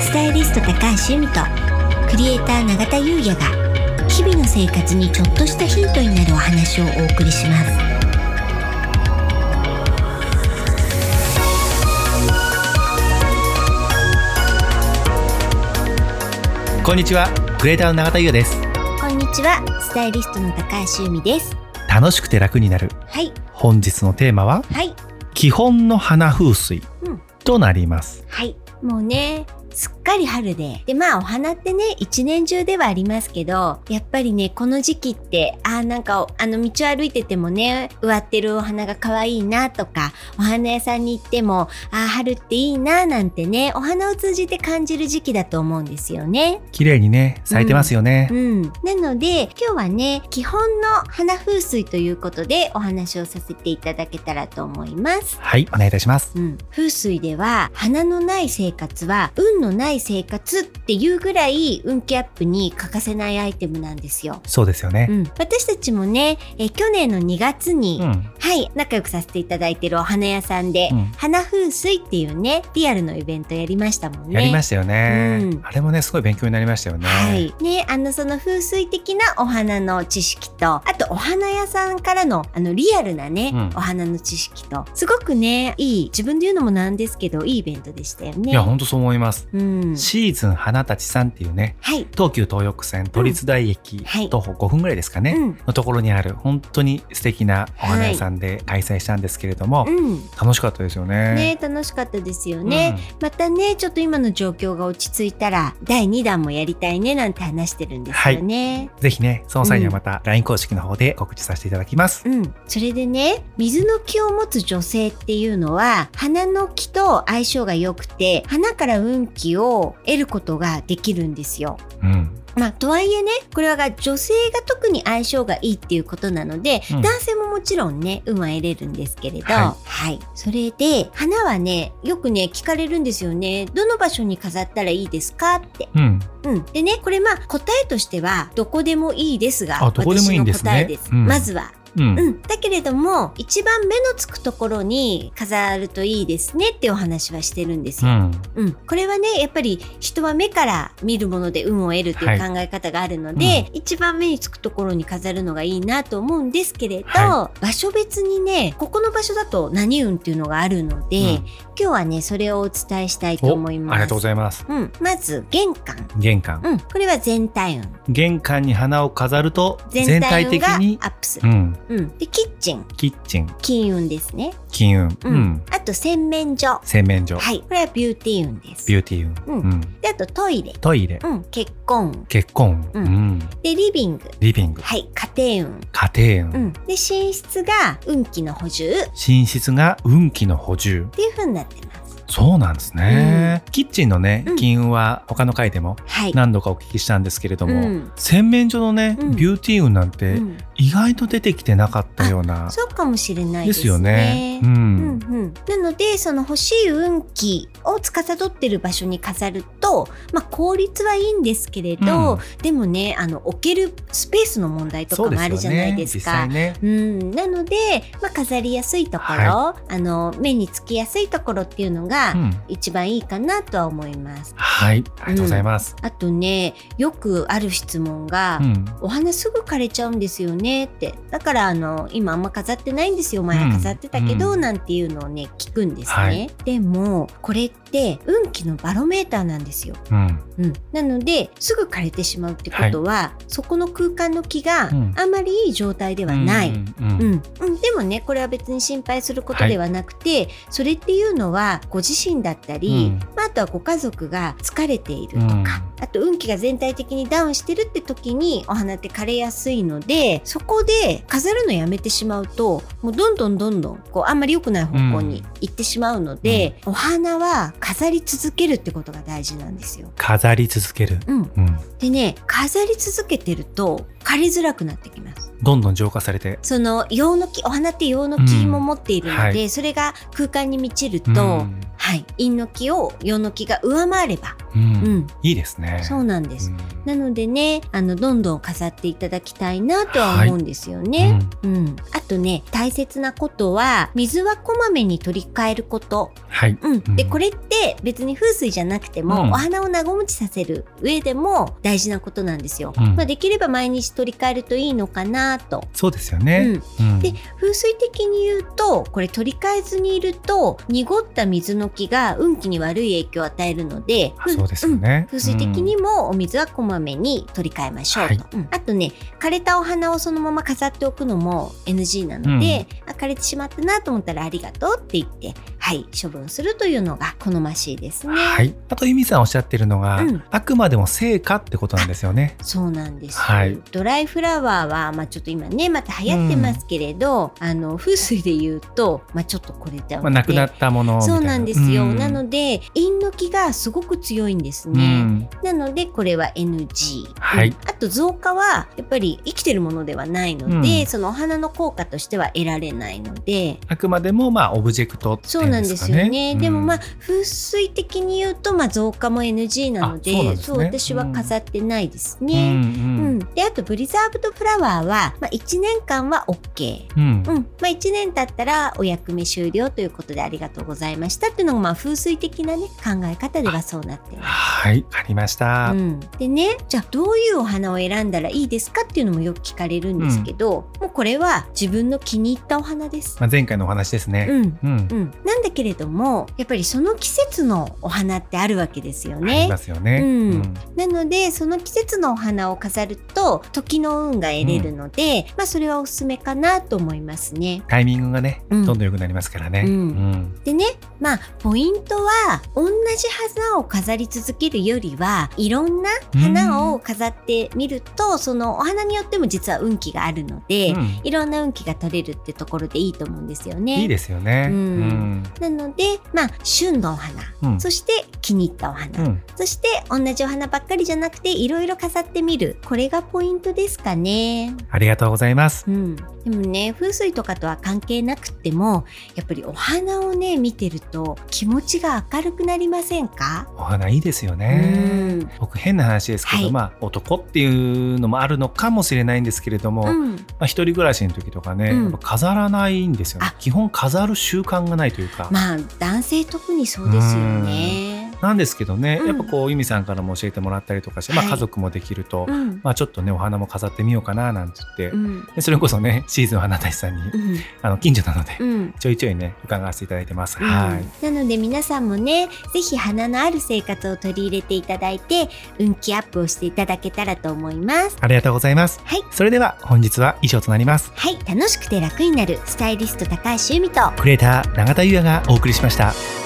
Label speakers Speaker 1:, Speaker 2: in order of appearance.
Speaker 1: スタイリスト高橋由美とクリエイター永田優也が日々の生活にちょっとしたヒントになるお話をお送りします
Speaker 2: こんにちはクリエイターの永田優也です
Speaker 1: こんにちはスタイリストの高橋由美です
Speaker 2: 楽しくて楽になる
Speaker 1: はい
Speaker 2: 本日のテーマは
Speaker 1: はい
Speaker 2: 基本の花風水
Speaker 1: うん
Speaker 2: となります、
Speaker 1: はいもうねすっかり春で。で、まあお花ってね、一年中ではありますけど、やっぱりね、この時期って、ああ、なんか、あの道を歩いててもね、植わってるお花が可愛いなとか、お花屋さんに行っても、ああ、春っていいななんてね、お花を通じて感じる時期だと思うんですよね。
Speaker 2: 綺麗にね咲いてますよね、
Speaker 1: うん。なので、今日はね、基本の花風水ということでお話をさせていただけたらと思います。
Speaker 2: はいお願いいたします
Speaker 1: うん、風水では花のない生活は運のない生活っていうぐらい運気アップに欠かせないアイテムなんですよ。
Speaker 2: そうですよ
Speaker 1: う
Speaker 2: ね
Speaker 1: ん、私たちもねえ去年の2月に、
Speaker 2: うん、
Speaker 1: はい仲良くさせていただいてるお花屋さんで、
Speaker 2: うん
Speaker 1: 花風水っていうねリアルのイベントやりましたもんね。
Speaker 2: やりましたよね、
Speaker 1: うん
Speaker 2: あれもねすごい勉強になりましたよね、
Speaker 1: はい。ね、あの、その風水的なお花の知識と、あとお花屋さんからの、あの、リアルなね、
Speaker 2: うん
Speaker 1: お花の知識と、すごくね、いい、自分で言うのもなんですけど、いいイベントでしたよね。
Speaker 2: いやほんとそう思います、
Speaker 1: うん。
Speaker 2: シーズン花たちさんっていうね
Speaker 1: はい。
Speaker 2: 東急東横線都立大駅
Speaker 1: はい
Speaker 2: 徒歩5分ぐらいですかね、
Speaker 1: うん。
Speaker 2: のところにある本当に素敵なお花屋さんで開催したんですけれども、
Speaker 1: うん。
Speaker 2: 楽しかったですよね。
Speaker 1: ね、楽しかったですよね、またね、ちょっと今の状況が落ち着いたら、第2弾もやりたいね、なんて話してるんですよね。
Speaker 2: うんぜひね、その際にはまた LINE 公式の方で告知させていただきます。
Speaker 1: うん、それでね水の気を持つ女性っていうのは花の気と相性が良くて花から運気を得ることができるんですよ。
Speaker 2: うん。
Speaker 1: まあ、とはいえねこれは女性が特に相性がいいっていうことなので、
Speaker 2: うん
Speaker 1: 男性ももちろんね運は得れるんですけれど、は
Speaker 2: はい
Speaker 1: それで花はねよくね聞かれるんですよねどの場所に飾ったらいいですかって。
Speaker 2: うん。
Speaker 1: うん、でねこれまあ答えとしてはどこでもいいですが
Speaker 2: あどこでもいいんです
Speaker 1: 私の
Speaker 2: ね
Speaker 1: 答えです、
Speaker 2: うん
Speaker 1: まずは
Speaker 2: うん。
Speaker 1: うん、だけれども一番目のつくところに飾るといいですねってお話はしてるんです
Speaker 2: う
Speaker 1: よ。
Speaker 2: ん。
Speaker 1: うん、これはねやっぱり人は目から見るもので運を得るという考え方があるので、
Speaker 2: はい
Speaker 1: 一番目につくところに飾るのがいいなと思うんですけれど、
Speaker 2: は
Speaker 1: 場所別にねここの場所だと何運っていうのがあるので、
Speaker 2: うん
Speaker 1: 今日はねそれをお伝えしたいと
Speaker 2: お
Speaker 1: 思います。
Speaker 2: ありがとうございます。
Speaker 1: うん、まず玄関、
Speaker 2: 玄関。
Speaker 1: うん、これは全体運
Speaker 2: 玄関に花を飾ると全
Speaker 1: 全体
Speaker 2: 体
Speaker 1: 運
Speaker 2: 的
Speaker 1: がア
Speaker 2: に、
Speaker 1: ップす
Speaker 2: う
Speaker 1: る、
Speaker 2: ん。
Speaker 1: うん、でキッチン
Speaker 2: キッチン、
Speaker 1: 金運ですね
Speaker 2: 金運、
Speaker 1: う
Speaker 2: うんん。
Speaker 1: あと洗面所。
Speaker 2: 洗面所、
Speaker 1: はい。これはビューティー運です。
Speaker 2: ビューティー運、
Speaker 1: う
Speaker 2: うんん。
Speaker 1: で、あとトイレ。
Speaker 2: トイレ、
Speaker 1: うん。結婚運。
Speaker 2: 結婚運、
Speaker 1: う
Speaker 2: うんん。
Speaker 1: で、リビング。
Speaker 2: リビング、
Speaker 1: はい。家庭運。
Speaker 2: 家庭
Speaker 1: う
Speaker 2: 運、
Speaker 1: ん。で、寝室が運気の補充っ
Speaker 2: 寝室が運気の補充。
Speaker 1: ていう風になってます。
Speaker 2: そうなんですね。キッチンのね
Speaker 1: うん、
Speaker 2: 金運は他の回でも
Speaker 1: はい。
Speaker 2: 何度かお聞きしたんですけれども、
Speaker 1: うん
Speaker 2: 洗面所のね、
Speaker 1: うん
Speaker 2: ビューティー運なんて
Speaker 1: うん
Speaker 2: 意外と出てきてなかったような、
Speaker 1: そうかもしれない
Speaker 2: で
Speaker 1: です
Speaker 2: すよ
Speaker 1: ね。。
Speaker 2: ねう
Speaker 1: うんんうん、なのでその欲しい運気を司ってる場所に飾ると、まあ、効率はいいんですけれど、
Speaker 2: うん
Speaker 1: でもねあの置けるスペースの問題とかもあるじゃないです
Speaker 2: 実
Speaker 1: か。
Speaker 2: 際ね。
Speaker 1: うん、なので、まあ、飾りやすいところ、あの目につきやすいところっていうのが
Speaker 2: うん
Speaker 1: 一番いいかなとは思います。
Speaker 2: はい、ありがとうございます。
Speaker 1: あとねよくある質問が、
Speaker 2: うん
Speaker 1: お花すぐ枯れちゃうんですよね」ってだからあの今あんま飾ってないんですよ前は飾ってたけど、
Speaker 2: うん
Speaker 1: なんていうのをね聞くんですね。
Speaker 2: はい
Speaker 1: でもこれって運気のバロメーターなんですよ。
Speaker 2: うん、
Speaker 1: うん、なのですぐ枯れてしまうってことは、そこの空間の木が
Speaker 2: うん
Speaker 1: あまりいい状態ではない。
Speaker 2: うん
Speaker 1: う
Speaker 2: うん
Speaker 1: んうん、でもねこれは別に心配することではなくて、それっていうのはご自身だったり、
Speaker 2: うん
Speaker 1: まあ、あとはご家族が疲れているとか、
Speaker 2: うん
Speaker 1: あと運気が全体的にダウンしてるって時にお花って枯れやすいのでそこで飾るのやめてしまうともうどんどんどんどんこうあんまり良くない方向に行ってしまうので、お花は飾り続けるってことが大事なんですよ。
Speaker 2: 飾り続ける、
Speaker 1: うん、
Speaker 2: うん、
Speaker 1: でね飾り続けてると枯れづらくなってきます。
Speaker 2: どんどん浄化されて、
Speaker 1: その陽の木お花って陽の木も持っているので、
Speaker 2: うんはい
Speaker 1: それが空間に満ちると、
Speaker 2: うん
Speaker 1: はい陰の木を陽の木が上回れば、
Speaker 2: う
Speaker 1: うんん
Speaker 2: いいですね。
Speaker 1: そうなんです、
Speaker 2: うん
Speaker 1: なのでねあのどんどん飾っていただきたいなとは思うんですよね、うん、あとね大切なことは水はこまめに取り替えること、
Speaker 2: はい、
Speaker 1: うん、で
Speaker 2: うん
Speaker 1: これってって別に風水じゃなくても、
Speaker 2: うん
Speaker 1: お花を長持ちさせる上でも大事なことなんですよ。
Speaker 2: うん
Speaker 1: まあ、できれば毎日取り替えるといいのかなと。
Speaker 2: そうですよ
Speaker 1: う
Speaker 2: ね。
Speaker 1: ん、
Speaker 2: うん
Speaker 1: で風水的に言うとこれ取り替えずにいると濁った水の気が運気に悪い影響を与えるので
Speaker 2: あそうですよね。
Speaker 1: 風水的にもお水はこまめに取り替えましょうと、
Speaker 2: はい
Speaker 1: うんあとね枯れたお花をそのまま飾っておくのも NG なので、あ枯れてしまったなと思ったらありがとうって言ってはい処分するというのが好ましいです
Speaker 2: うん。
Speaker 1: ね。
Speaker 2: はい。あと、ゆみさんおっしゃってるのが、
Speaker 1: うん
Speaker 2: あくまでも成果ってことなんですよね。
Speaker 1: そうなんです、
Speaker 2: はい
Speaker 1: ドライフラワーは、まあ、ちょっと今ねまた流行ってますけれど、あの風水で言うと、まあ、ちょっとこれでは
Speaker 2: まあ、なくなったものみたい
Speaker 1: そうなんですよ、
Speaker 2: う
Speaker 1: なので陰の気がすごく強いんです
Speaker 2: う
Speaker 1: ね。
Speaker 2: ん。
Speaker 1: なのでこれは NG、
Speaker 2: はい
Speaker 1: うんあと造花はやっぱり生きてるものではないので、
Speaker 2: うん
Speaker 1: そのお花の効果としては得られないので
Speaker 2: あくまでも、まあ、オブジェクトってい
Speaker 1: そう
Speaker 2: う
Speaker 1: なんん
Speaker 2: で
Speaker 1: ですす
Speaker 2: か
Speaker 1: よ
Speaker 2: ね。
Speaker 1: ね、でもまあ
Speaker 2: うん
Speaker 1: 風水的に言うと、まあ、造花も NG なので
Speaker 2: あそうなんです
Speaker 1: 私
Speaker 2: ね
Speaker 1: は飾ってないです
Speaker 2: う
Speaker 1: ね。うん
Speaker 2: ん
Speaker 1: であとブリザーブドフラワーは、まあ、1年間は OK。
Speaker 2: うん。うん
Speaker 1: うんまあ、1年経ったらお役目終了ということでありがとうございましたっていうのがまあ風水的な、ね、考え方ではそうなってます。
Speaker 2: はい、わかりました。
Speaker 1: うん、でねじゃあどういうお花を選んだらいいですかっていうのもよく聞かれるんですけど、もうこれは自分の気に入ったお花です。
Speaker 2: まあ、前回のお話ですね。
Speaker 1: うん
Speaker 2: うん。
Speaker 1: うん、なんだけれどもやっぱりその季節のお花ってあるわけですよ
Speaker 2: あり
Speaker 1: ね
Speaker 2: ま。すよね。
Speaker 1: うんなのでその季節のお花を飾ると時の運が得れるので、まあそれはおすすめかなと思いますね。
Speaker 2: タイミングがね、
Speaker 1: うん
Speaker 2: どんどん良くなりますからね。
Speaker 1: うん
Speaker 2: ん
Speaker 1: でねまあポイントは同じ花を飾り続けるよりはいろんな花を飾ってみると、そのお花によっても実は運気があるので、
Speaker 2: うん
Speaker 1: いろんな運気が取れるってところでいいと思うんですよね。
Speaker 2: いいですよね。
Speaker 1: うん
Speaker 2: うん
Speaker 1: なのでまあ旬のお花、
Speaker 2: うん
Speaker 1: そして気に入ったお花、
Speaker 2: うん
Speaker 1: そして同じお花ばっかりじゃなくていろいろ飾ってみるこれがポイントですかね。
Speaker 2: ありがとうございます。
Speaker 1: うん、でもね風水とかとは関係なくってもやっぱりお花をね見てると気持ちが明るくなりませんか、
Speaker 2: お花いいですよね。
Speaker 1: うん
Speaker 2: 僕変な話ですけど、
Speaker 1: はい
Speaker 2: まあ男っていうのもあるのかもしれないんですけれども、ま
Speaker 1: うん、
Speaker 2: あ一人暮らしの時とかね、
Speaker 1: うん
Speaker 2: やっぱ飾らないんですよね
Speaker 1: あ。
Speaker 2: 基本飾る習慣がないというか。
Speaker 1: まあ男性特にそうですよね。
Speaker 2: なんですけどね、
Speaker 1: うん
Speaker 2: やっぱこう由美さんからも教えてもらったりとかして、まあ
Speaker 1: はい
Speaker 2: 家族もできると、
Speaker 1: うん
Speaker 2: まあちょっとねお花も飾ってみようかななんて言っ
Speaker 1: う、
Speaker 2: て
Speaker 1: ん
Speaker 2: でそれこそねシーズン花大師さんに、
Speaker 1: うん
Speaker 2: あの近所なので、
Speaker 1: うん
Speaker 2: ちょいちょいね伺わせていただいてます。
Speaker 1: うん
Speaker 2: はい。
Speaker 1: なので皆さんもねぜひ花のある生活を取り入れていただいて運気アップをしていただけたらと思います
Speaker 2: ありがとうございます。
Speaker 1: はい
Speaker 2: それでは本日は以上となります。
Speaker 1: はい楽しくて楽になるスタイリスト高橋由美と
Speaker 2: クリエイター永田優也がお送りしました。